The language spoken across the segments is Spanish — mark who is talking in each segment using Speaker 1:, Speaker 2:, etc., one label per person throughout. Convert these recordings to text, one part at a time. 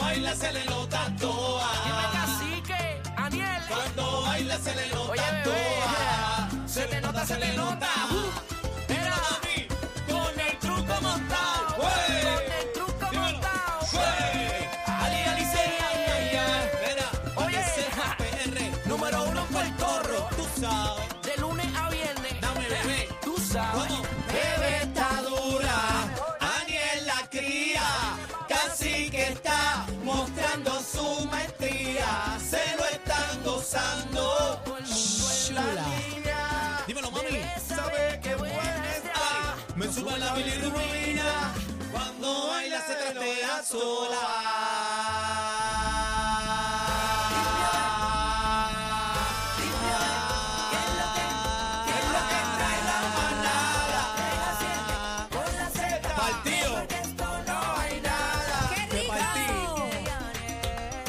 Speaker 1: baila se le nota
Speaker 2: Dime
Speaker 1: toa.
Speaker 2: cacique, Aniel.
Speaker 1: Cuando baila se le nota
Speaker 2: Oye, bebé,
Speaker 1: toa.
Speaker 2: se te nota, se te nota.
Speaker 1: Mira
Speaker 2: Mira.
Speaker 1: a mí, con el truco montado.
Speaker 2: Con el truco montado.
Speaker 1: Ali, Ali, se anda ya. Mira,
Speaker 2: Oye.
Speaker 1: oye, Ceja PR, número uno en Puerto Rico. Tú sabes,
Speaker 2: De lunes a viernes.
Speaker 1: dame bebé.
Speaker 2: Tú sabes.
Speaker 1: ¿Cómo? Bebé está dura, Aniel la cría, casi que está mostrando su maestría, se lo están gozando. Chula. Dímelo, mami.
Speaker 2: Sabe que buena
Speaker 1: Ah, me sube la bilirrubina cuando baila se tratea sola.
Speaker 2: Es lo que trae la manada.
Speaker 1: Partido.
Speaker 2: ¡Qué
Speaker 1: De partido.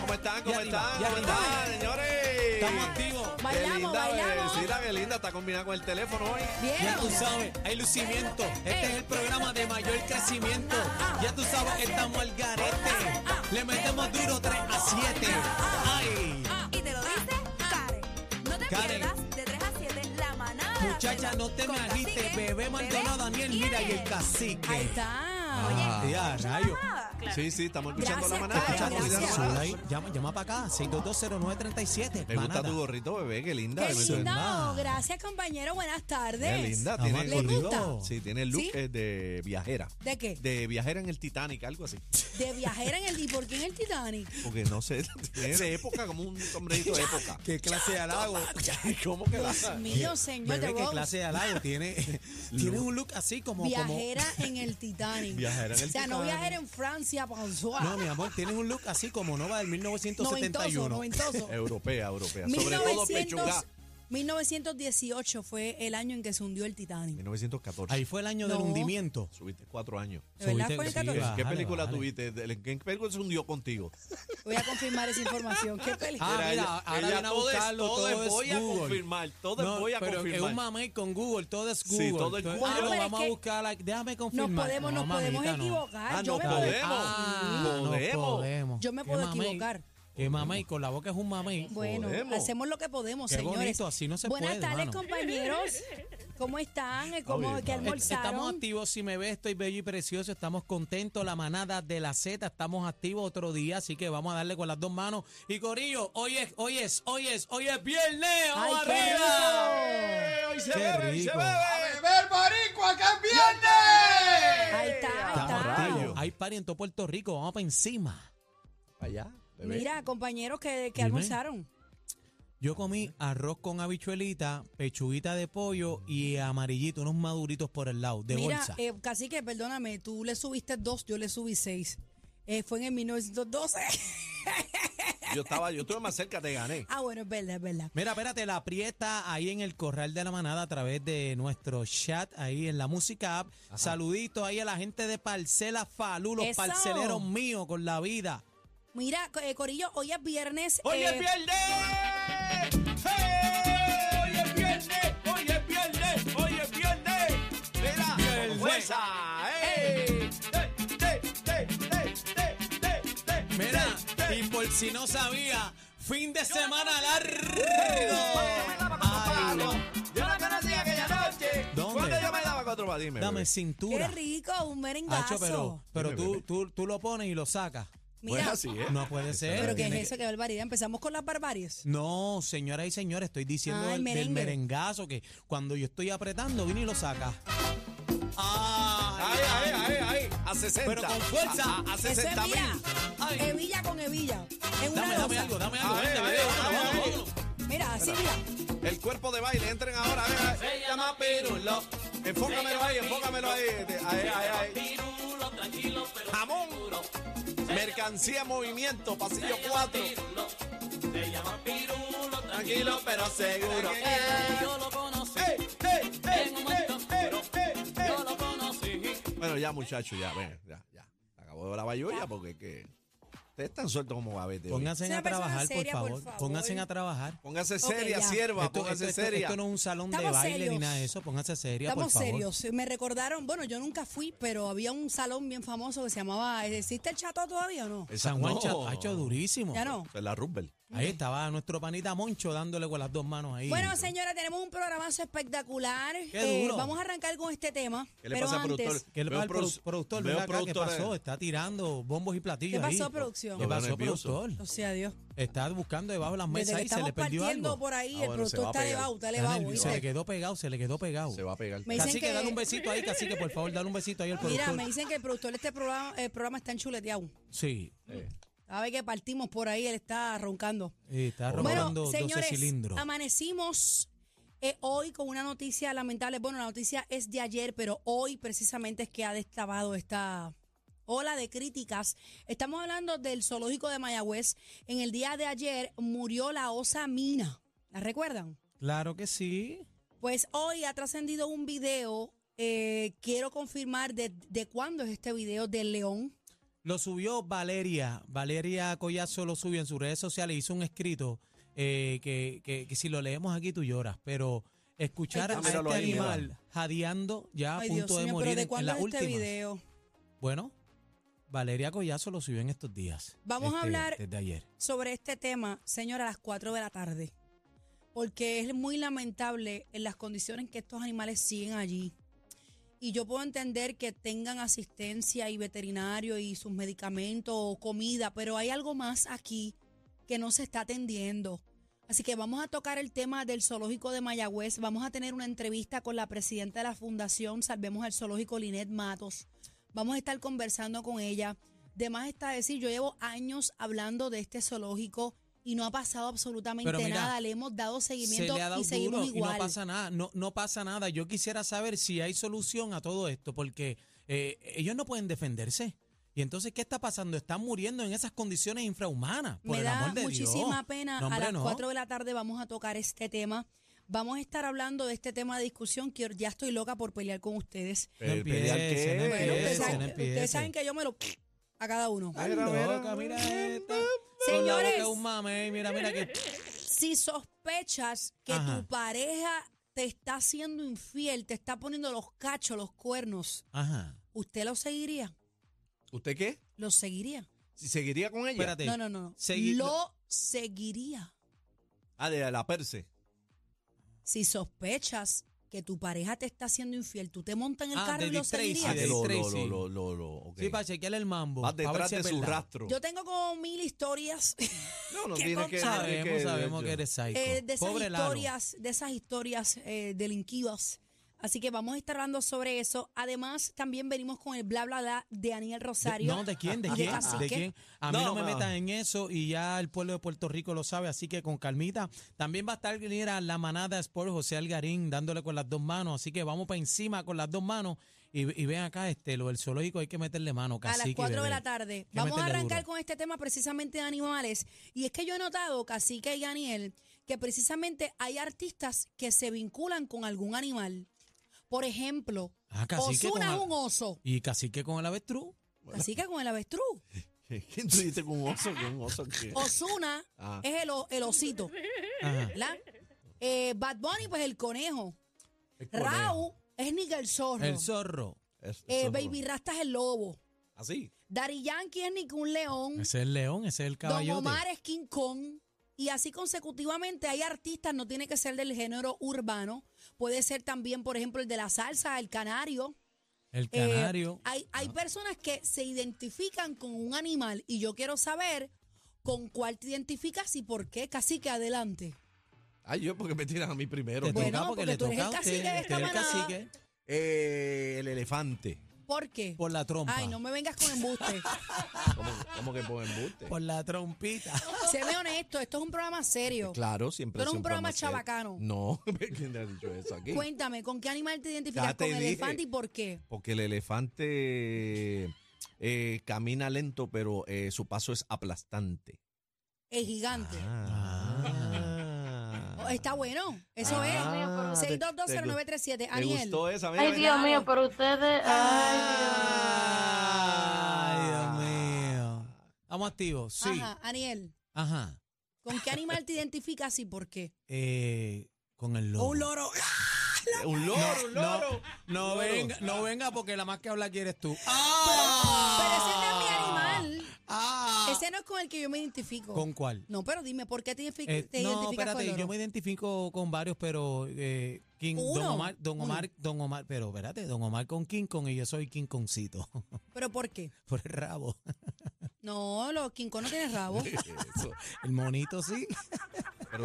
Speaker 3: ¿Cómo están?
Speaker 1: Y
Speaker 3: ¿Cómo
Speaker 1: arriba,
Speaker 3: están?
Speaker 1: y arriba.
Speaker 3: ¿Cómo están, señores?
Speaker 1: Estamos activos.
Speaker 3: Qué
Speaker 4: Bailamos,
Speaker 3: linda
Speaker 4: bailamos.
Speaker 3: bebecita, qué linda. Está combinada con el teléfono hoy.
Speaker 4: Bien.
Speaker 1: Ya tú sabes, hay lucimiento. Este es el programa de mayor crecimiento. Ya tú sabes, estamos al garete. Le metemos duro 3 a 7. ¡Ay!
Speaker 4: Ah, Y te lo dice Karen. No te
Speaker 1: Karen.
Speaker 4: pierdas de 3 a 7 la manada. de la
Speaker 1: Muchacha,
Speaker 4: Z,
Speaker 1: no te me
Speaker 4: con
Speaker 1: agites,
Speaker 4: Cacique,
Speaker 1: bebé Maldonado, Daniel, mira y el
Speaker 4: Aniel.
Speaker 1: cacique.
Speaker 4: Ahí está. Oye,
Speaker 1: Ah, ya, rayo.
Speaker 3: Sí, sí, estamos escuchando la
Speaker 4: Gracias,
Speaker 3: manada.
Speaker 4: Karen,
Speaker 3: estamos escuchando
Speaker 4: gracias.
Speaker 3: la manada.
Speaker 1: Zulay, Llama, llama para acá, 6220937.
Speaker 3: Me gusta tu gorrito, bebé. Qué linda.
Speaker 4: qué
Speaker 3: bebé.
Speaker 4: lindo.
Speaker 1: hermana.
Speaker 4: Gracias, compañero. Buenas
Speaker 3: Qué
Speaker 4: tardes.
Speaker 3: linda.
Speaker 1: Nada
Speaker 3: Tiene
Speaker 1: más
Speaker 3: el
Speaker 4: ¿Le
Speaker 3: gorrito.
Speaker 4: gusta?
Speaker 3: Sí, tiene el look
Speaker 4: ¿Sí?
Speaker 3: eh, de viajera.
Speaker 4: ¿De qué? De,
Speaker 3: De viajera en el Titanic, algo así.
Speaker 4: viajera en el... ¿Y por qué en el Titanic?
Speaker 3: Porque no sé, tiene de época, como un sombrerito de época.
Speaker 5: ¿Qué clase de halago?
Speaker 3: ¿Cómo que la?
Speaker 4: Mío, señor de
Speaker 5: Bebé, ¿qué
Speaker 4: Rose.
Speaker 5: clase de halago? Tiene, tiene un look así como... como
Speaker 4: Viajera en el Titanic.
Speaker 3: Viajera en el
Speaker 4: O sea, no
Speaker 3: Titanic.
Speaker 4: viajera en Francia, François.
Speaker 5: no, mi amor, tienes un look así como Nova del 1971.
Speaker 4: noventoso, noventoso.
Speaker 3: Europea, europea. Sobre todo
Speaker 4: 1900,
Speaker 3: pechugá.
Speaker 4: 1918 fue el año en que se hundió el Titanic.
Speaker 3: 1914.
Speaker 5: Ahí fue el año del
Speaker 4: No.
Speaker 5: hundimiento.
Speaker 3: Subiste cuatro años.
Speaker 4: ¿De verdad
Speaker 5: Subiste-
Speaker 4: fue el
Speaker 5: sí,
Speaker 4: 14?
Speaker 3: ¿Qué
Speaker 5: Vale,
Speaker 3: película
Speaker 5: vale.
Speaker 3: tuviste? ¿De- ¿En qué película se hundió contigo?
Speaker 4: Voy a confirmar esa información. ¿Qué película?
Speaker 5: Ah,
Speaker 3: Mira,
Speaker 5: mira,
Speaker 3: ella-
Speaker 5: ahora
Speaker 3: ella
Speaker 5: viene a
Speaker 3: todo es-
Speaker 5: buscarlo,
Speaker 3: todo
Speaker 5: todo,
Speaker 3: es
Speaker 5: es
Speaker 3: voy a
Speaker 5: Google.
Speaker 3: confirmar, todo es
Speaker 5: No,
Speaker 3: voy a
Speaker 5: pero Es
Speaker 3: confirmar.
Speaker 5: un mamey con Google, todo es
Speaker 3: Sí,
Speaker 5: Google.
Speaker 3: todo es
Speaker 5: Entonces,
Speaker 3: Google.
Speaker 5: ah,
Speaker 4: Ah,
Speaker 5: lo
Speaker 4: pero
Speaker 5: vamos
Speaker 4: es
Speaker 5: a
Speaker 4: que
Speaker 5: buscar, like, déjame confirmar.
Speaker 4: podemos- nos podemos
Speaker 5: mamita, no.
Speaker 4: equivocar,
Speaker 5: Ah,
Speaker 4: yo
Speaker 5: no
Speaker 4: me
Speaker 5: podemos.
Speaker 4: puedo-
Speaker 5: Ah, no
Speaker 3: Podemos.
Speaker 5: podemos.
Speaker 4: Yo me
Speaker 5: Qué
Speaker 4: puedo
Speaker 5: mamey,
Speaker 4: equivocar.
Speaker 5: Qué mamey, con la boca es un mamey.
Speaker 4: Bueno,
Speaker 3: Podemos.
Speaker 4: hacemos lo que podemos,
Speaker 5: Qué
Speaker 4: señores.
Speaker 5: bonito, así no se
Speaker 4: Buenas
Speaker 5: puede,
Speaker 4: tardes,
Speaker 5: mano.
Speaker 4: compañeros. ¿Cómo están? ¿Cómo
Speaker 3: bien,
Speaker 4: que
Speaker 3: está bien.
Speaker 5: Estamos
Speaker 4: almorzaron?
Speaker 5: activos, si me ves, estoy bello y precioso, estamos contentos, la manada de la Z, estamos activos otro día, así que vamos a darle con las dos manos. Y Corillo, hoy es, hoy es, hoy es, hoy es viernes, ¡vamos
Speaker 4: ¡Ay, qué
Speaker 5: arriba!
Speaker 3: ¡Eh, hoy se
Speaker 5: Qué
Speaker 3: bebe, hoy se
Speaker 5: rico.
Speaker 3: bebe!
Speaker 4: Ahí está, ahí
Speaker 5: Estamos
Speaker 4: está.
Speaker 5: activos. Hay party en todo Puerto Rico, vamos para encima.
Speaker 3: Allá, bebé.
Speaker 4: Mira, compañeros, que, que
Speaker 5: Dime.
Speaker 4: almorzaron.
Speaker 5: Yo comí arroz con habichuelita, pechuguita de pollo y amarillito, unos maduritos por el lado, de
Speaker 4: Mira,
Speaker 5: bolsa.
Speaker 4: eh, cacique, perdóname, tú le subiste dos, yo le subí seis. Eh, fue en el 1912.
Speaker 3: Yo estaba, yo estuve más cerca, te gané.
Speaker 4: ah, bueno, es verdad, es verdad.
Speaker 5: Mira, espérate, la aprieta ahí en el corral de la manada a través de nuestro chat ahí en la música app. Saluditos ahí a la gente de Parcela Falú, los
Speaker 4: Eso.
Speaker 5: parceleros míos con la vida.
Speaker 4: Mira, co- eh, Corillo, hoy es viernes.
Speaker 3: ¡Hoy
Speaker 4: eh,
Speaker 3: es viernes! ¡Eh! ¡Hoy es viernes! ¡Hoy es viernes! ¡Hoy es viernes! ¡Mira! con ¡Fuerza! ¡Eh! ¡Eh, eh, eh, eh, eh, eh, eh,
Speaker 5: Mira,
Speaker 3: eh,
Speaker 4: Este.
Speaker 5: y
Speaker 3: eh!
Speaker 5: por si no sabía, fin de semana
Speaker 4: Uh,
Speaker 5: largo. Ay,
Speaker 3: Yo la conocí aquella noche.
Speaker 5: ¿Dónde?
Speaker 3: ¿Cuándo yo me daba cuatro para dime?
Speaker 5: dame
Speaker 3: bebé.
Speaker 4: Qué
Speaker 5: cintura.
Speaker 4: rico, un merengazo.
Speaker 5: Hacho, pero, pero
Speaker 3: Dime,
Speaker 5: tú,
Speaker 3: bebé.
Speaker 5: tú, tú lo pones y lo sacas.
Speaker 4: Mira,
Speaker 3: Pues así, ¿eh?
Speaker 5: No puede ser.
Speaker 4: pero qué
Speaker 5: tiene
Speaker 4: es eso, qué barbaridad. Empezamos con las barbaries.
Speaker 5: No, señoras y señores, estoy diciendo
Speaker 4: Ah, el
Speaker 5: del, del
Speaker 4: merengue.
Speaker 5: merengazo que cuando yo estoy apretando, viene y lo saca.
Speaker 3: ¡Ay, ay, ay, ay! ¡A 60!
Speaker 5: Pero con fuerza.
Speaker 3: ¡A, a, a
Speaker 4: Eso es
Speaker 3: 60 mil!
Speaker 4: Villa.
Speaker 5: Ay.
Speaker 4: Evilla con Evilla. En una
Speaker 5: Dame, dame
Speaker 4: losa.
Speaker 5: algo, dame algo.
Speaker 3: A ver,
Speaker 5: vente,
Speaker 3: a ver,
Speaker 5: vente,
Speaker 3: a ver,
Speaker 5: vámonos,
Speaker 3: a ver.
Speaker 5: vámonos.
Speaker 4: Mira, así, mira.
Speaker 3: El cuerpo de baile, entren ahora. Venga. Se llama Pirulo. Enfócamelo ahí, enfócamelo ahí. de- Ahí, ahí, ahí. Jamón. Mercancía, movimiento, pasillo 4. Se llama Pirulo. Tranquilo, pero seguro.
Speaker 6: Yo lo conocí,
Speaker 3: Ey, ey, ey,
Speaker 6: un momento,
Speaker 3: ey, ey, ey, ey.
Speaker 6: yo lo conocí.
Speaker 3: Bueno, ya, muchachos, ya, ven, ya, ya. Acabó de la bayolla porque es que. Ustedes están sueltos como gavete. hoy.
Speaker 5: Pónganse
Speaker 4: Sea
Speaker 5: a
Speaker 4: una persona
Speaker 5: trabajar,
Speaker 4: seria,
Speaker 5: por,
Speaker 4: por
Speaker 5: favor.
Speaker 4: favor.
Speaker 5: Pónganse a trabajar.
Speaker 3: Póngase
Speaker 4: Ok,
Speaker 3: seria,
Speaker 4: ya.
Speaker 3: sierva,
Speaker 5: Esto,
Speaker 3: póngase
Speaker 5: esto- esto-
Speaker 3: seria.
Speaker 5: esto no es un salón de
Speaker 4: Estamos
Speaker 5: baile ni
Speaker 4: serios.
Speaker 5: nada de eso. Pónganse seria,
Speaker 4: Estamos
Speaker 5: por favor.
Speaker 4: serios. Me recordaron, bueno, yo nunca fui, pero había un salón bien famoso que se llamaba. ¿Existe el chato todavía o no?
Speaker 3: Esa-
Speaker 5: San Juan
Speaker 3: no.
Speaker 5: Chat- ha hecho durísimo.
Speaker 4: Ya no.
Speaker 3: Esa es la Rumble.
Speaker 5: Ahí estaba nuestro panita Moncho dándole con las dos manos ahí.
Speaker 4: Bueno, señora, tenemos un programazo espectacular. Eh,
Speaker 5: Qué duro.
Speaker 4: vamos a arrancar con este tema.
Speaker 3: ¿Qué le
Speaker 4: pero
Speaker 3: pasa al
Speaker 4: antes,
Speaker 3: productor?
Speaker 5: Que el,
Speaker 3: Veo
Speaker 5: el produ-
Speaker 3: produ-
Speaker 5: productor,
Speaker 3: veo
Speaker 5: ven acá, ¿qué
Speaker 3: productores.
Speaker 5: pasó? Está tirando bombos y platillos
Speaker 4: ¿Qué pasó,
Speaker 5: ahí.
Speaker 4: producción?
Speaker 5: ¿Qué
Speaker 3: Lo veo
Speaker 5: pasó,
Speaker 3: nervioso.
Speaker 4: O
Speaker 5: productor?
Speaker 4: sea, Dios.
Speaker 5: Está buscando debajo de las
Speaker 4: Desde
Speaker 5: mesas
Speaker 4: que
Speaker 5: y se
Speaker 4: estamos
Speaker 5: le perdió
Speaker 4: partiendo
Speaker 5: algo.
Speaker 4: por ahí,
Speaker 3: Ah,
Speaker 4: el
Speaker 3: bueno, se
Speaker 4: productor
Speaker 3: va a
Speaker 4: está
Speaker 3: pegar.
Speaker 4: elevado, está
Speaker 5: Está
Speaker 4: elevado.
Speaker 5: nervioso, Ah, se le
Speaker 4: ¿oíste?
Speaker 5: quedó pegado, se le quedó pegado.
Speaker 3: Se va a pegar.
Speaker 4: Me- dicen
Speaker 5: Cacique,
Speaker 4: que-
Speaker 5: dale un besito ahí, cacique, por favor, dale un besito ahí al
Speaker 4: Mira,
Speaker 5: productor.
Speaker 4: me dicen que el productor de este programa, el programa está enchuleteado.
Speaker 5: Sí,
Speaker 4: A ver que partimos por ahí, él está roncando.
Speaker 5: eh, está
Speaker 4: Bueno,
Speaker 5: robando 12
Speaker 4: señores,
Speaker 5: cilindros.
Speaker 4: amanecimos eh, hoy con una noticia lamentable. Bueno, la noticia es de ayer, pero hoy precisamente es que ha destapado esta ola de críticas. Estamos hablando del zoológico de Mayagüez. En el día de ayer murió la osa Mina. ¿La recuerdan?
Speaker 5: Claro que sí.
Speaker 4: Pues hoy ha trascendido un video. eh, quiero confirmar de, de cuándo es este video del león.
Speaker 5: Lo subió Valeria. Valeria Collazo lo subió en sus redes sociales. Hizo un escrito eh, que, que- que si lo leemos aquí tú lloras. Pero escuchar
Speaker 4: Ay,
Speaker 5: a
Speaker 4: Dios.
Speaker 5: este
Speaker 3: Míralo ahí, mira.
Speaker 5: animal jadeando ya a
Speaker 4: Ay,
Speaker 5: punto
Speaker 4: Dios
Speaker 5: de
Speaker 4: mío,
Speaker 5: morir
Speaker 4: pero
Speaker 5: en-
Speaker 4: ¿de
Speaker 5: en
Speaker 4: cuándo
Speaker 5: la
Speaker 4: es
Speaker 5: última.
Speaker 4: este video?
Speaker 5: Bueno, Valeria Collazo lo subió en estos días.
Speaker 4: Vamos a
Speaker 5: Este,
Speaker 4: hablar
Speaker 5: Desde ayer.
Speaker 4: sobre este tema, señora, a las 4 de la tarde. Porque es muy lamentable en las condiciones en que estos animales siguen allí. Y yo puedo entender que tengan asistencia y veterinario y sus medicamentos o comida, pero hay algo más aquí que no se está atendiendo. Así que vamos a tocar el tema del zoológico de Mayagüez. Vamos a tener una entrevista con la presidenta de la Fundación Salvemos al Zoológico, Linet Matos. Vamos a estar conversando con ella. De más está decir, yo llevo años hablando de este zoológico y no ha pasado absolutamente
Speaker 5: Pero mira,
Speaker 4: nada. Le hemos dado seguimiento
Speaker 5: se le ha dado
Speaker 4: y seguimos
Speaker 5: duro
Speaker 4: igual.
Speaker 5: y no pasa nada, no, no pasa nada. Yo quisiera saber si hay solución a todo esto, porque eh, ellos no pueden defenderse. Y entonces, ¿qué está pasando? Están muriendo en esas condiciones infrahumanas, por
Speaker 4: Me
Speaker 5: el
Speaker 4: da
Speaker 5: amor de Dios.
Speaker 4: muchísima pena.
Speaker 5: No,
Speaker 4: a
Speaker 5: hombre,
Speaker 4: las
Speaker 5: no.
Speaker 4: 4 de la tarde vamos a tocar este tema. Vamos a estar hablando de este tema de discusión que ya estoy loca por pelear con ustedes.
Speaker 5: No
Speaker 3: El pelear
Speaker 5: empiece,
Speaker 3: que
Speaker 5: no
Speaker 3: es.
Speaker 4: Pero ustedes,
Speaker 5: Eh, empiece,
Speaker 4: saben,
Speaker 5: no
Speaker 4: ustedes
Speaker 5: empiece.
Speaker 4: saben que yo me lo a cada uno.
Speaker 5: Ay,
Speaker 3: Mira, mira.
Speaker 5: loca, mira esta. Con la boca
Speaker 4: Señores.
Speaker 5: de un mamey, mira, mira que
Speaker 4: Si sospechas que
Speaker 5: Ajá.
Speaker 4: tu pareja te está haciendo infiel, te está poniendo los cachos, los cuernos,
Speaker 5: Ajá.
Speaker 4: ¿usted lo seguiría?
Speaker 3: ¿Usted qué?
Speaker 4: ¿Lo seguiría?
Speaker 3: ¿Si seguiría con ella?
Speaker 5: Espérate.
Speaker 4: No, no, no. no.
Speaker 5: Segui-
Speaker 4: lo seguiría.
Speaker 3: Ah, de la Perse.
Speaker 4: Si sospechas que tu pareja te está haciendo infiel, tú te montas en el
Speaker 5: Ah,
Speaker 4: carro
Speaker 5: de
Speaker 4: y lo
Speaker 5: Dick Tracy,
Speaker 4: seguirías.
Speaker 3: Ah,
Speaker 5: de
Speaker 3: que lo, lo,
Speaker 5: Tracy.
Speaker 3: lo, lo, lo, lo, ok.
Speaker 5: Sí, para chequearle el mambo.
Speaker 3: Vas
Speaker 5: para ver
Speaker 3: detrás
Speaker 5: si
Speaker 3: de
Speaker 5: es
Speaker 3: su
Speaker 5: verdad.
Speaker 3: rastro.
Speaker 4: Yo tengo como mil historias.
Speaker 3: no, no
Speaker 4: ¿Qué
Speaker 3: tienes que...
Speaker 4: cosa?
Speaker 3: tienes
Speaker 5: Sabemos, sabemos que eres psycho.
Speaker 4: eh, de esas
Speaker 5: Pobre Lalo.
Speaker 4: historias, de esas historias eh, delinquivas. Así que vamos a estar hablando sobre eso. Además, también venimos con el bla bla bla de Daniel Rosario.
Speaker 5: No, ¿de quién? ¿De
Speaker 4: y
Speaker 5: quién? ¿De
Speaker 4: Cacique.
Speaker 5: quién? A mí no,
Speaker 3: No,
Speaker 5: me
Speaker 3: no.
Speaker 5: metas en eso y ya el pueblo de Puerto Rico lo sabe, así que con calmita. También va a estar mira, la manada Sport José Algarín dándole con las dos manos, así que vamos para encima con las dos manos y, y ven acá, este, lo del zoológico hay que meterle mano,
Speaker 4: A las
Speaker 5: cacique y
Speaker 4: 4 de
Speaker 5: bebé.
Speaker 4: la tarde.
Speaker 5: Hay que
Speaker 4: Vamos a
Speaker 5: meterle
Speaker 4: arrancar
Speaker 5: duro.
Speaker 4: con este tema precisamente de animales. Y es que yo he notado, Cacique y Daniel, que precisamente hay artistas que se vinculan con algún animal. Por ejemplo,
Speaker 5: Ah, Cacique con
Speaker 4: Osuna
Speaker 5: la-
Speaker 4: es un oso.
Speaker 5: Y cacique con el avestruz.
Speaker 4: Así que con el avestruz.
Speaker 3: ¿Quién tú dices con un oso? ¿Con un oso qué?
Speaker 4: Osuna
Speaker 3: Ah.
Speaker 4: es el, o- el osito,
Speaker 5: Ajá.
Speaker 4: ¿verdad? Eh, Bad Bunny, pues el conejo.
Speaker 3: Es conejo.
Speaker 4: Rau es Nigel Zorro.
Speaker 5: El zorro.
Speaker 3: Es- es
Speaker 4: Eh,
Speaker 3: zorro.
Speaker 4: Baby Rasta es el lobo.
Speaker 3: ¿Así?
Speaker 4: Daddy Yankee es Ningún León.
Speaker 5: Ese es el león, ese es el
Speaker 4: Don
Speaker 5: caballo.
Speaker 4: Omar es King Kong. Y así consecutivamente hay artistas, no tiene que ser del género urbano. Puede ser también, por ejemplo, el de la salsa, el canario.
Speaker 5: El
Speaker 4: Eh,
Speaker 5: canario. Ah.
Speaker 4: hay, hay personas que se identifican con un animal y yo quiero saber con cuál te identificas y por qué. Casi que adelante.
Speaker 3: Ay, yo porque me tiran a mí primero.
Speaker 5: Te
Speaker 3: tío.
Speaker 4: Bueno,
Speaker 5: toca porque
Speaker 4: porque
Speaker 5: le
Speaker 4: tú eres
Speaker 5: toca a
Speaker 4: el
Speaker 5: usted.
Speaker 4: cacique de
Speaker 5: usted
Speaker 4: esta
Speaker 5: es el
Speaker 4: manada.
Speaker 5: cacique
Speaker 3: Eh, el elefante.
Speaker 4: ¿Por qué?
Speaker 5: por la trompa.
Speaker 4: Ay, no me vengas con embuste.
Speaker 3: ¿Cómo, cómo que por embuste?
Speaker 5: Por la trompita.
Speaker 4: Séme honesto, esto es un programa serio.
Speaker 3: Claro, siempre
Speaker 4: Tú eres
Speaker 3: es
Speaker 4: un programa
Speaker 3: serio.
Speaker 4: chabacano.
Speaker 3: eh, No, ¿quién te ha dicho eso aquí?
Speaker 4: Cuéntame, ¿con qué animal te identificas?
Speaker 3: Ya te
Speaker 4: ¿Con
Speaker 3: dije.
Speaker 4: elefante y por qué?
Speaker 3: Porque el elefante eh, camina lento, pero eh, su paso es aplastante.
Speaker 4: El gigante.
Speaker 3: Ah.
Speaker 4: Oh, Está bueno, eso
Speaker 3: Ah,
Speaker 4: es.
Speaker 3: te-
Speaker 4: 6220937.
Speaker 3: Me
Speaker 4: Aniel.
Speaker 3: gustó esa, mira,
Speaker 7: Ay,
Speaker 3: mira.
Speaker 7: Dios mío, pero ustedes. Ay, Dios.
Speaker 3: Ah.
Speaker 5: Ay, Dios mío. Vamos activos, sí.
Speaker 4: Ajá, Aniel,
Speaker 5: Ajá.
Speaker 4: ¿con qué animal te identificas y por qué?
Speaker 5: Eh, con el
Speaker 4: O
Speaker 5: lobo.
Speaker 4: un loro.
Speaker 3: Un loro, un
Speaker 5: No,
Speaker 3: loro.
Speaker 5: no
Speaker 3: Un loro.
Speaker 5: venga, no venga porque la más que habla aquí eres tú.
Speaker 4: Pero ese no es mi
Speaker 5: ¡Ah!
Speaker 4: animal.
Speaker 5: ¡Ah!
Speaker 4: Ese no es con el que yo me identifico.
Speaker 5: ¿Con cuál?
Speaker 4: No, pero dime, ¿por qué te, identifi-
Speaker 5: Eh,
Speaker 4: te
Speaker 5: no,
Speaker 4: identificas con
Speaker 5: espérate,
Speaker 4: el loro?
Speaker 5: yo me identifico con varios, pero eh, King, Don
Speaker 4: Uno,
Speaker 5: Omar, Don
Speaker 4: uno.
Speaker 5: Omar, Don Omar, pero espérate, Don Omar con King Kong y yo soy King Kongcito,
Speaker 4: ¿Pero por qué?
Speaker 5: por el rabo.
Speaker 4: No, los quincón no tienen rabo.
Speaker 5: Eso, el monito sí,
Speaker 3: Pero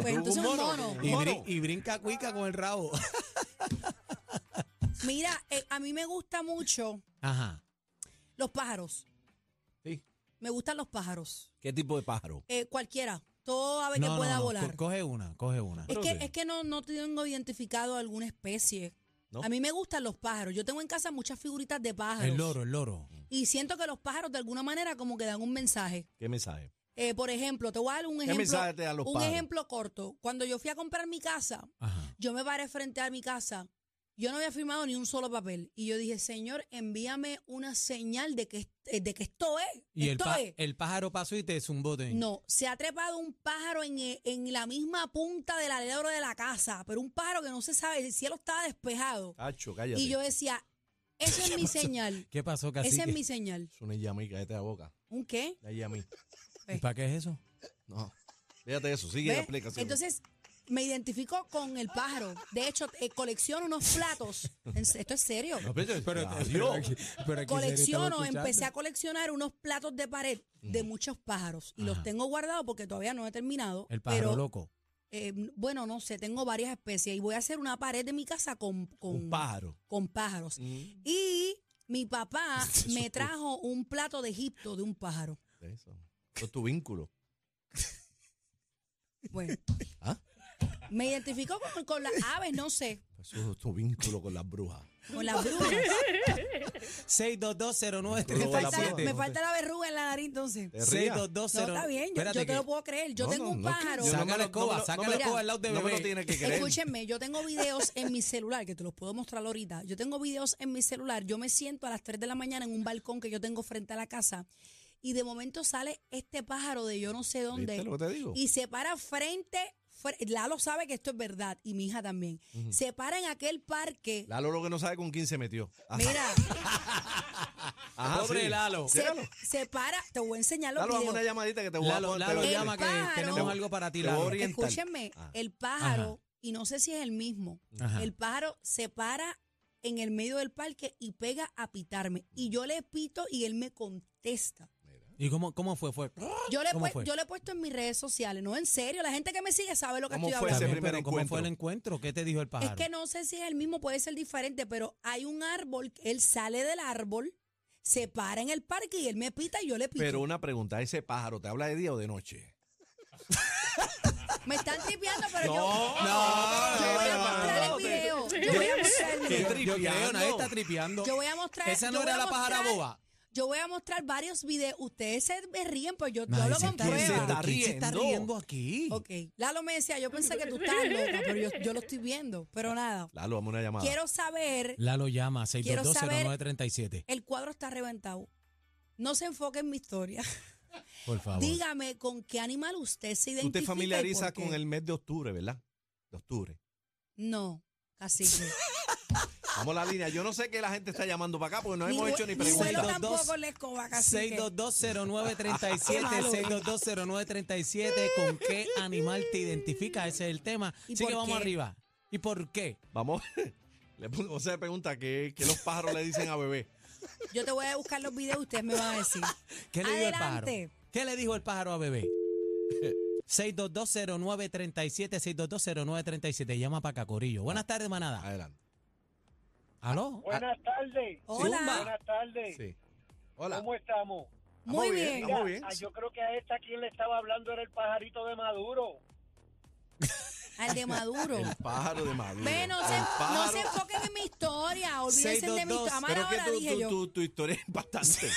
Speaker 4: Pues
Speaker 3: tú eres
Speaker 4: entonces un
Speaker 3: tú
Speaker 4: mono.
Speaker 3: eres
Speaker 5: y,
Speaker 3: un
Speaker 5: brin-
Speaker 3: mono.
Speaker 5: y brinca cuica con el rabo.
Speaker 4: Mira, eh, a mí me gusta mucho
Speaker 5: Ajá.
Speaker 4: los pájaros.
Speaker 3: Sí.
Speaker 4: Me gustan los pájaros.
Speaker 3: ¿Qué tipo de pájaro?
Speaker 4: Eh, cualquiera. Todo ave pues que pueda
Speaker 5: no,
Speaker 4: volar.
Speaker 5: co- coge una, coge una.
Speaker 4: Es
Speaker 3: Espérate.
Speaker 4: que, es que no, no tengo identificado alguna especie.
Speaker 3: ¿No?
Speaker 4: A mí me gustan los pájaros. Yo tengo en casa muchas figuritas de pájaros.
Speaker 5: El loro, el loro.
Speaker 4: Y siento que los pájaros de alguna manera como que dan un mensaje.
Speaker 3: ¿Qué mensaje?
Speaker 4: Eh, por ejemplo, te voy a dar un
Speaker 3: ¿Qué
Speaker 4: ejemplo.
Speaker 3: mensaje te dan los
Speaker 4: un
Speaker 3: pájaros?
Speaker 4: ejemplo corto. Cuando yo fui a comprar mi casa,
Speaker 5: Ajá.
Speaker 4: yo me paré frente a mi casa. Yo no había firmado ni un solo papel. Y yo dije, Señor, envíame una señal de que, est- eh, de que esto es.
Speaker 5: Y el,
Speaker 4: esto
Speaker 5: pa-
Speaker 4: es.
Speaker 5: el pájaro pasó y te zumbó. ten.
Speaker 4: No, se ha trepado un pájaro en, eh, en la misma punta del alero de la casa, pero un pájaro que no se sabe, el cielo estaba despejado.
Speaker 3: Cacho, cállate.
Speaker 4: Y yo decía, esa es mi señal,
Speaker 5: ¿Qué pasó, casi?
Speaker 4: esa es mi señal.
Speaker 3: Es una yamí, cállate la boca.
Speaker 4: ¿Un qué?
Speaker 3: La yamí.
Speaker 5: ¿Para qué es eso?
Speaker 3: No. Fíjate eso, sigue
Speaker 4: ¿Ves?
Speaker 3: la explicación.
Speaker 4: Entonces, me identifico con el pájaro. De hecho, eh, colecciono unos platos. En- Esto es serio.
Speaker 3: No, pero, pero,
Speaker 4: Colecciono, empecé a coleccionar unos platos de pared
Speaker 3: Mm.
Speaker 4: de muchos pájaros. Y los
Speaker 5: Ajá.
Speaker 4: tengo guardados porque todavía no he terminado.
Speaker 5: El pájaro
Speaker 4: pero,
Speaker 5: loco.
Speaker 4: eh, bueno, no sé, tengo varias especies. Y voy a hacer una pared de mi casa con, con,
Speaker 3: un pájaro. Mm.
Speaker 4: con pájaros. Y mi papá me trajo un plato de Egipto de un pájaro.
Speaker 3: Eso. Eso es tu vínculo.
Speaker 4: Bueno.
Speaker 3: ¿Ah?
Speaker 4: Me identifico con, con las aves, no sé,
Speaker 3: Eso es tu vínculo con las brujas.
Speaker 4: con las brujas.
Speaker 5: 6220937.
Speaker 4: Me
Speaker 3: Luego la
Speaker 4: falta,
Speaker 3: puerta.
Speaker 4: me falta la verruga en la nariz entonces.
Speaker 3: Te rías.
Speaker 4: No, está bien, yo, yo te lo puedo creer. Yo
Speaker 3: No,
Speaker 4: tengo
Speaker 3: no,
Speaker 4: un
Speaker 3: no,
Speaker 4: pájaro.
Speaker 3: yo no
Speaker 5: Saca
Speaker 3: me
Speaker 5: la
Speaker 3: lo-
Speaker 5: escoba,
Speaker 3: no me lo-
Speaker 5: saca
Speaker 3: no
Speaker 5: la
Speaker 3: me
Speaker 5: escoba
Speaker 4: lo-
Speaker 5: al lado de
Speaker 3: no me
Speaker 5: bebé.
Speaker 3: lo tienes que creer.
Speaker 4: Escúchenme, yo tengo videos en mi celular, que te los puedo mostrar ahorita. Yo tengo videos en mi celular. Yo me siento a las 3 de la mañana en un balcón que yo tengo frente a la casa y de momento sale este pájaro de yo no sé dónde.
Speaker 3: ¿Viste lo que te digo?
Speaker 4: y se para frente, fre- Lalo sabe que esto es verdad y mi hija también. Se para en aquel parque.
Speaker 3: Lalo lo que no sabe con quién se metió. Ajá,
Speaker 4: Mira,
Speaker 3: ajá,
Speaker 5: Pobre
Speaker 3: sí.
Speaker 5: Lalo.
Speaker 4: se,
Speaker 3: Llévalo.
Speaker 4: se para, te voy a enseñar los
Speaker 3: Lalo, dame
Speaker 4: videos.
Speaker 3: una llamadita que te voy a
Speaker 5: Lalo,
Speaker 3: poner.
Speaker 5: Lalo
Speaker 3: te-
Speaker 4: El
Speaker 5: llama que
Speaker 4: pájaro.
Speaker 5: tenemos algo para ti,
Speaker 3: Te voy a
Speaker 5: Lalo.
Speaker 3: orientar. oriental.
Speaker 4: Escúchenme,
Speaker 3: Ah.
Speaker 4: el pájaro,
Speaker 5: Ajá.
Speaker 4: y no sé si es el mismo,
Speaker 5: Ajá.
Speaker 4: el pájaro se para en el medio del parque y pega a pitarme. Y yo le pito y él me contesta.
Speaker 5: ¿Y cómo, cómo fue? Fue.
Speaker 4: Yo le,
Speaker 5: ¿Cómo
Speaker 4: he pue-
Speaker 5: fue?
Speaker 4: yo le he puesto en mis redes sociales, no en serio, la gente que me sigue sabe lo que
Speaker 3: ¿Cómo
Speaker 4: estoy
Speaker 3: fue
Speaker 5: Está
Speaker 3: ese
Speaker 4: hablando.
Speaker 5: bien,
Speaker 3: primer
Speaker 5: pero ¿Cómo fue el
Speaker 3: encuentro?
Speaker 5: encuentro? ¿Qué te dijo el pájaro?
Speaker 4: Es que no sé si es el mismo, puede ser diferente, pero hay un árbol, él sale del árbol, se para en el parque y él me pita y yo le pito.
Speaker 3: Pero una pregunta, ¿ese pájaro te habla de día o de noche?
Speaker 4: me están tripeando, pero
Speaker 3: No,
Speaker 4: yo,
Speaker 3: no,
Speaker 4: yo voy a
Speaker 3: no,
Speaker 4: mostrar el
Speaker 3: no,
Speaker 4: video. Yo voy a mostrar el video.
Speaker 5: Yo- Yo creo,
Speaker 3: tripeando.
Speaker 5: nadie está tripeando.
Speaker 4: Yo voy a mostrar.
Speaker 5: Esa no
Speaker 4: yo voy
Speaker 5: era
Speaker 4: a
Speaker 5: la pájara
Speaker 4: mostrar-
Speaker 5: boba.
Speaker 4: Yo voy a mostrar varios videos. Ustedes se me ríen, pues yo, yo
Speaker 5: Nadie
Speaker 4: lo
Speaker 5: se está-
Speaker 4: compruebo.
Speaker 5: ¿Quién se está
Speaker 3: ¿Quién
Speaker 5: riendo?
Speaker 3: se está riendo
Speaker 5: aquí?
Speaker 4: Ok. Lalo me decía, yo pensé que tú estabas loca, pero yo, yo lo estoy viendo. Pero nada.
Speaker 3: Lalo, dame
Speaker 5: Ah.
Speaker 3: una llamada.
Speaker 4: Quiero saber,
Speaker 5: Lalo llama,
Speaker 4: Quiero saber-
Speaker 5: 6220937.
Speaker 4: el cuadro está reventado. No se enfoque en mi historia.
Speaker 5: Por favor.
Speaker 4: Dígame con qué animal usted se
Speaker 3: Tú
Speaker 4: identifica.
Speaker 3: te
Speaker 4: y por
Speaker 3: familiarizas
Speaker 4: qué?
Speaker 3: con el mes de octubre, ¿verdad? De octubre.
Speaker 4: No, casi.
Speaker 3: Vamos a la línea. Yo no sé qué la gente está llamando para acá porque no hemos
Speaker 4: hue-
Speaker 3: hecho ni
Speaker 4: vuelo
Speaker 3: preguntas.
Speaker 5: Dos, dos.
Speaker 4: tampoco le escoba, cacique.
Speaker 5: 6220937, 6220937, ¿con qué animal te identifica? Ese es el tema.
Speaker 4: ¿Y
Speaker 5: Así que
Speaker 4: por
Speaker 5: vamos
Speaker 4: qué?
Speaker 5: arriba. ¿Y por qué?
Speaker 3: Vamos. Le pongo esa pregunta que, que los pájaros le dicen a bebé.
Speaker 4: Yo te voy a buscar los videos y ustedes me van a decir.
Speaker 5: ¿Qué le dijo el
Speaker 4: Adelante.
Speaker 5: pájaro? ¿Qué le dijo el pájaro a bebé? 6220937, 6220937. Llama para acá, Corillo. Buenas tardes, manada.
Speaker 3: Adelante.
Speaker 5: ¿Aló?
Speaker 7: Buenas tardes.
Speaker 4: Hola.
Speaker 5: Zumba.
Speaker 7: Buenas tardes.
Speaker 3: Sí. Hola.
Speaker 7: ¿Cómo estamos?
Speaker 4: Muy
Speaker 3: Estamos
Speaker 4: bien.
Speaker 3: Estamos bien.
Speaker 7: Ah, yo creo que a esta quien le estaba hablando era el pajarito de Maduro.
Speaker 4: Al de Maduro.
Speaker 3: El pájaro de Maduro.
Speaker 4: Ve, no se,
Speaker 3: El
Speaker 4: no
Speaker 3: pájaro-
Speaker 4: se enfoquen en mi historia. Olvídense de mi
Speaker 5: 622.
Speaker 4: historia. Amar
Speaker 3: Pero que
Speaker 4: ahora,
Speaker 3: tu,
Speaker 4: dije
Speaker 3: tu-
Speaker 4: yo.
Speaker 3: tu- tu historia es bastante. eh,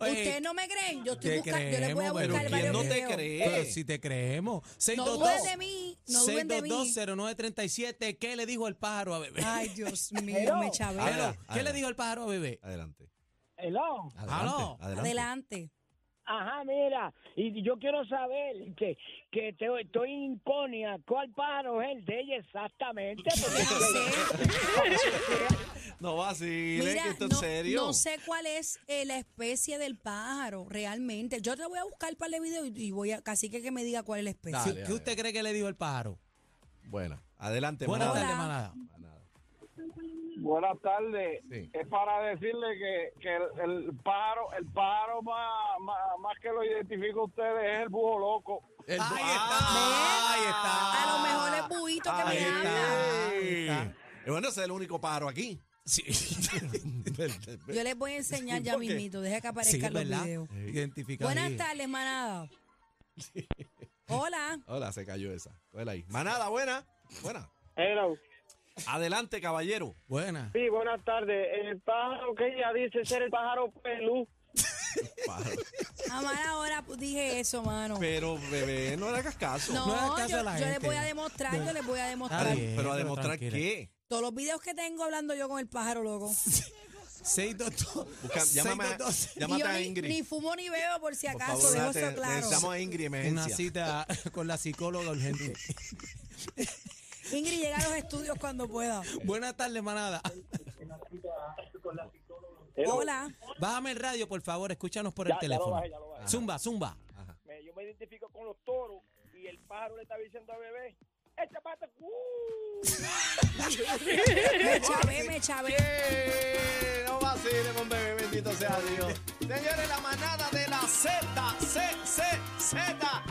Speaker 5: Oye, eh,
Speaker 4: Ustedes no me creen. Yo estoy
Speaker 5: ¿qué
Speaker 4: buscando. Yo les voy a
Speaker 5: creemos? Pero
Speaker 4: buscar
Speaker 5: ¿quién
Speaker 4: varios
Speaker 5: no
Speaker 3: te
Speaker 4: videos.
Speaker 3: cree?
Speaker 5: Pero si te creemos.
Speaker 4: No
Speaker 5: 622.
Speaker 4: duden de mí. No duden de mí.
Speaker 5: 6220937, ¿qué le dijo el pájaro a bebé?
Speaker 4: Ay, Dios mío,
Speaker 7: Hello.
Speaker 4: me
Speaker 5: Ah,
Speaker 4: chabé.
Speaker 3: Hello.
Speaker 5: Hello, ¿Qué le
Speaker 3: Adelante.
Speaker 5: dijo el pájaro a bebé?
Speaker 3: Adelante.
Speaker 7: Hello.
Speaker 3: Adelante.
Speaker 5: Aló.
Speaker 3: Adelante.
Speaker 4: Adelante.
Speaker 8: Ajá, mira, y yo quiero saber que, que te- estoy incógnita, ¿cuál pájaro es el de ella exactamente? Porque-
Speaker 3: No vacile,
Speaker 4: Mira,
Speaker 3: que esto
Speaker 4: no,
Speaker 3: es serio.
Speaker 4: no sé cuál es eh, la especie del pájaro realmente. Yo te voy a buscar para el video y y voy a casi que, que me diga cuál es la especie.
Speaker 3: Dale,
Speaker 5: ¿Qué
Speaker 3: dale.
Speaker 5: usted cree que le dijo el pájaro?
Speaker 3: Bueno, adelante,
Speaker 5: Buenas
Speaker 3: manada.
Speaker 5: tardes, manada.
Speaker 3: Manada.
Speaker 7: Buenas tardes.
Speaker 3: Sí.
Speaker 7: Es para decirle que, que el, el pájaro, el pájaro más, más, más que lo identifica a ustedes es el búho loco.
Speaker 3: El-
Speaker 5: Ahí
Speaker 3: Ah, ahí
Speaker 4: A lo
Speaker 3: está.
Speaker 4: mejor es buito que
Speaker 3: Ahí
Speaker 4: me habla.
Speaker 3: está.
Speaker 5: Ahí está.
Speaker 3: Y Eh, bueno, ese es el único pájaro aquí.
Speaker 5: Sí.
Speaker 4: Yo les voy a enseñar ya
Speaker 3: ¿Por qué?
Speaker 4: mismito. Deja que
Speaker 5: Sí,
Speaker 4: aparezcan los
Speaker 5: ¿verdad?
Speaker 4: videos.
Speaker 5: Identificado.
Speaker 4: Buenas tardes, manada. Hola.
Speaker 3: Hola, se cayó esa. Cógela ahí. Manada, buena. Buena.
Speaker 7: Hello.
Speaker 3: Adelante, caballero.
Speaker 5: Buenas.
Speaker 7: Sí, buenas tardes. El pájaro que ella dice ser el pájaro pelú.
Speaker 3: Pájaro.
Speaker 4: A mala hora pues, dije eso, mano.
Speaker 3: Pero, bebé, no le hagas caso.
Speaker 4: No,
Speaker 5: No hagas caso
Speaker 4: yo,
Speaker 5: a la
Speaker 4: yo les
Speaker 5: gente.
Speaker 4: voy a demostrar, yo les voy a
Speaker 3: Pero-
Speaker 4: demostrar.
Speaker 5: Está bien,
Speaker 3: pero a
Speaker 5: pero
Speaker 3: demostrar
Speaker 5: tranquila.
Speaker 3: qué.
Speaker 4: Todos los videos que tengo hablando yo con el pájaro loco.
Speaker 5: 622.
Speaker 3: Busca- llámame, a-
Speaker 5: 622.
Speaker 4: Y
Speaker 3: llámate
Speaker 4: yo
Speaker 3: a
Speaker 4: ni,
Speaker 3: Ingrid.
Speaker 4: ni fumo ni bebo por si
Speaker 3: Por
Speaker 4: acaso,
Speaker 3: favor,
Speaker 4: dejo
Speaker 3: date-
Speaker 4: eso claro.
Speaker 3: necesitamos a Ingrid
Speaker 5: Una
Speaker 3: emergencia.
Speaker 5: cita con la psicóloga urgente.
Speaker 4: Ingrid llega a los estudios cuando pueda.
Speaker 5: Buenas tardes, manada.
Speaker 4: Hola.
Speaker 5: Bájame el radio, por favor. Escúchanos por el
Speaker 7: Ya, ya lo
Speaker 5: teléfono.
Speaker 7: bajé, ya lo bajé.
Speaker 5: Zumba, zumba.
Speaker 7: Me- yo me identifico con los toros y el pájaro le está diciendo a bebé, esta pata, ¡uh!
Speaker 4: Me chavé, me chavé.
Speaker 3: Eh, No vacilen, con bebé, bendito sea Dios. Señores, la manada de la Z, C, C, Z.